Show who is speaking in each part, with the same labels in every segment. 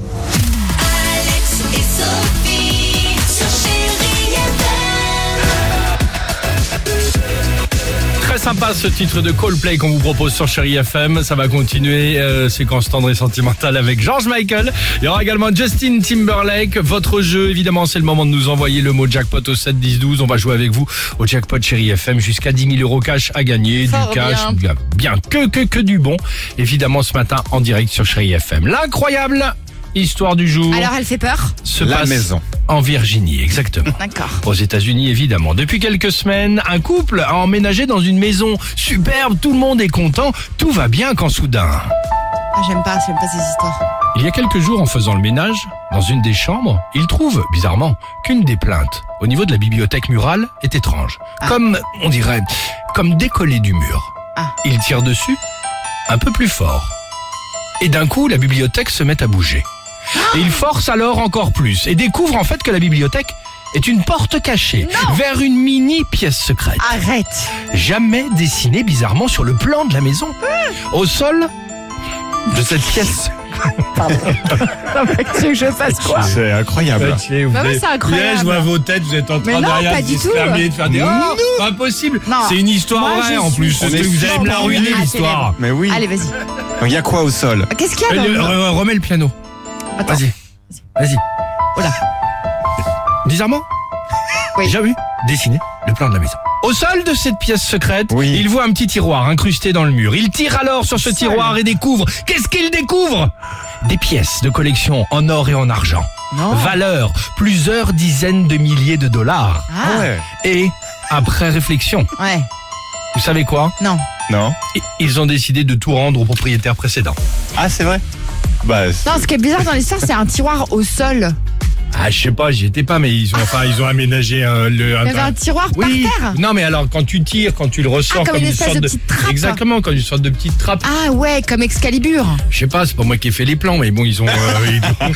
Speaker 1: Alex et Sophie sur Chérie FM.
Speaker 2: Très sympa ce titre de Coldplay qu'on vous propose sur Chéri FM. Ça va continuer, euh, séquence tendre et sentimentale avec George Michael. Il y aura également Justin Timberlake. Votre jeu, évidemment, c'est le moment de nous envoyer le mot jackpot au 7 10 12. On va jouer avec vous au jackpot Chéri FM jusqu'à 10 000 euros cash à gagner.
Speaker 3: Fort
Speaker 2: du cash,
Speaker 3: bien.
Speaker 2: bien, bien que, que, que du bon. Évidemment, ce matin en direct sur Chéri FM. L'incroyable histoire du jour
Speaker 3: Alors elle fait peur
Speaker 2: se
Speaker 4: la
Speaker 2: passe
Speaker 4: maison.
Speaker 2: en Virginie, exactement.
Speaker 3: D'accord.
Speaker 2: Aux États-Unis, évidemment. Depuis quelques semaines, un couple a emménagé dans une maison superbe, tout le monde est content, tout va bien quand soudain.
Speaker 3: Ah, j'aime pas, j'aime pas ces histoires.
Speaker 2: Il y a quelques jours, en faisant le ménage, dans une des chambres, il trouve, bizarrement, qu'une des plaintes, au niveau de la bibliothèque murale, est étrange. Comme, on dirait, comme décollée du mur.
Speaker 3: Ah.
Speaker 2: Il tire dessus, un peu plus fort. Et d'un coup, la bibliothèque se met à bouger. Et il force alors encore plus et découvre en fait que la bibliothèque est une porte cachée vers une mini pièce secrète.
Speaker 3: Ah. Arrête
Speaker 2: Jamais dessinée bizarrement sur le plan de la maison. Au sol de cette pièce.
Speaker 3: Tu veux que je fasse quoi
Speaker 4: C'est incroyable.
Speaker 2: vous
Speaker 3: Bah oui, c'est incroyable.
Speaker 2: je vois vos têtes, vous êtes en
Speaker 3: Mais
Speaker 2: train de
Speaker 3: non,
Speaker 2: derrière
Speaker 3: pas
Speaker 2: de
Speaker 3: du
Speaker 2: vous
Speaker 3: tout.
Speaker 2: fermer, de faire des.
Speaker 4: Non.
Speaker 2: Oh, pas possible.
Speaker 3: Non.
Speaker 2: C'est une histoire
Speaker 3: Moi,
Speaker 2: vraie
Speaker 3: je
Speaker 2: en
Speaker 3: suis
Speaker 2: plus.
Speaker 4: On
Speaker 2: ce
Speaker 4: est
Speaker 2: truc, vous allez me la
Speaker 3: sûrement
Speaker 2: ruiner
Speaker 3: à
Speaker 2: l'histoire.
Speaker 4: Mais oui.
Speaker 3: Allez, vas-y.
Speaker 4: Il y a quoi au sol
Speaker 3: Qu'est-ce qu'il y a
Speaker 2: Euh,
Speaker 3: dans
Speaker 2: euh, Remets le piano.
Speaker 3: Attends.
Speaker 2: Vas-y. Vas-y. Voilà. Bizarrement,
Speaker 3: Oui.
Speaker 2: j'ai vu dessiner le plan de la maison. Au sol de cette pièce secrète,
Speaker 4: Oui.
Speaker 2: il voit un petit tiroir incrusté dans le mur. Il tire alors sur ce tiroir et découvre. Qu'est-ce qu'il découvre Des pièces de collection en or et en argent.
Speaker 3: Non.
Speaker 2: Valeur plusieurs dizaines de milliers de dollars.
Speaker 3: Ah, ouais.
Speaker 2: Et après réflexion, vous savez quoi
Speaker 3: Non.
Speaker 4: Non.
Speaker 2: I- Ils ont décidé de tout rendre au propriétaire précédent.
Speaker 4: Ah, c'est vrai Bah, c'est-
Speaker 3: Non, ce qui est bizarre dans l'histoire, c'est un tiroir au sol.
Speaker 2: Ah, je sais pas, j'y étais pas, mais ils ont, enfin, ils ont aménagé euh, le.
Speaker 3: Il y avait un tiroir
Speaker 2: Oui.
Speaker 3: par terre.
Speaker 2: Non, mais alors quand tu tires, quand tu le ressors
Speaker 3: Ah, comme une espèce
Speaker 2: sorte
Speaker 3: de petite trappe.
Speaker 2: Exactement, comme une sorte de petite trappe.
Speaker 3: Ah ouais, comme Excalibur.
Speaker 2: Je sais pas, c'est pas moi qui ai fait les plans, mais bon, ils ont, euh, ils ont,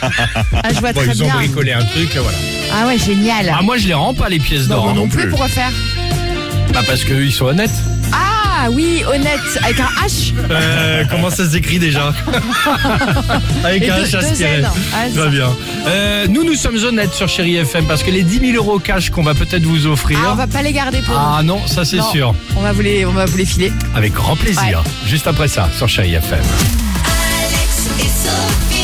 Speaker 3: Ah, je vois
Speaker 2: bon,
Speaker 3: très
Speaker 2: ils ont
Speaker 3: bien.
Speaker 2: bricolé un truc, et voilà.
Speaker 3: Ah ouais, génial.
Speaker 2: Ah, moi, je les rends pas les pièces d'or. hein.
Speaker 3: non plus. Pourquoi faire
Speaker 2: Bah, parce que eux, ils sont honnêtes.
Speaker 3: Ah oui, honnête, avec un H Ah,
Speaker 2: Euh, comment ça s'écrit déjà Avec
Speaker 3: Et
Speaker 2: un
Speaker 3: deux-
Speaker 2: H
Speaker 3: deux
Speaker 2: aspiré.
Speaker 3: N. Ah,
Speaker 2: Très
Speaker 3: ça.
Speaker 2: bien. Euh, nous, nous sommes honnêtes sur Chéri FM parce que les 10 000 euros cash qu'on va peut-être vous offrir.
Speaker 3: Ah, on va pas les garder pour
Speaker 2: Ah non, ça c'est
Speaker 3: Non.
Speaker 2: sûr.
Speaker 3: nous. On va vous les, on va vous les filer.
Speaker 2: Avec grand plaisir. Juste après ça, sur Chéri FM.
Speaker 1: Alex et Sophie.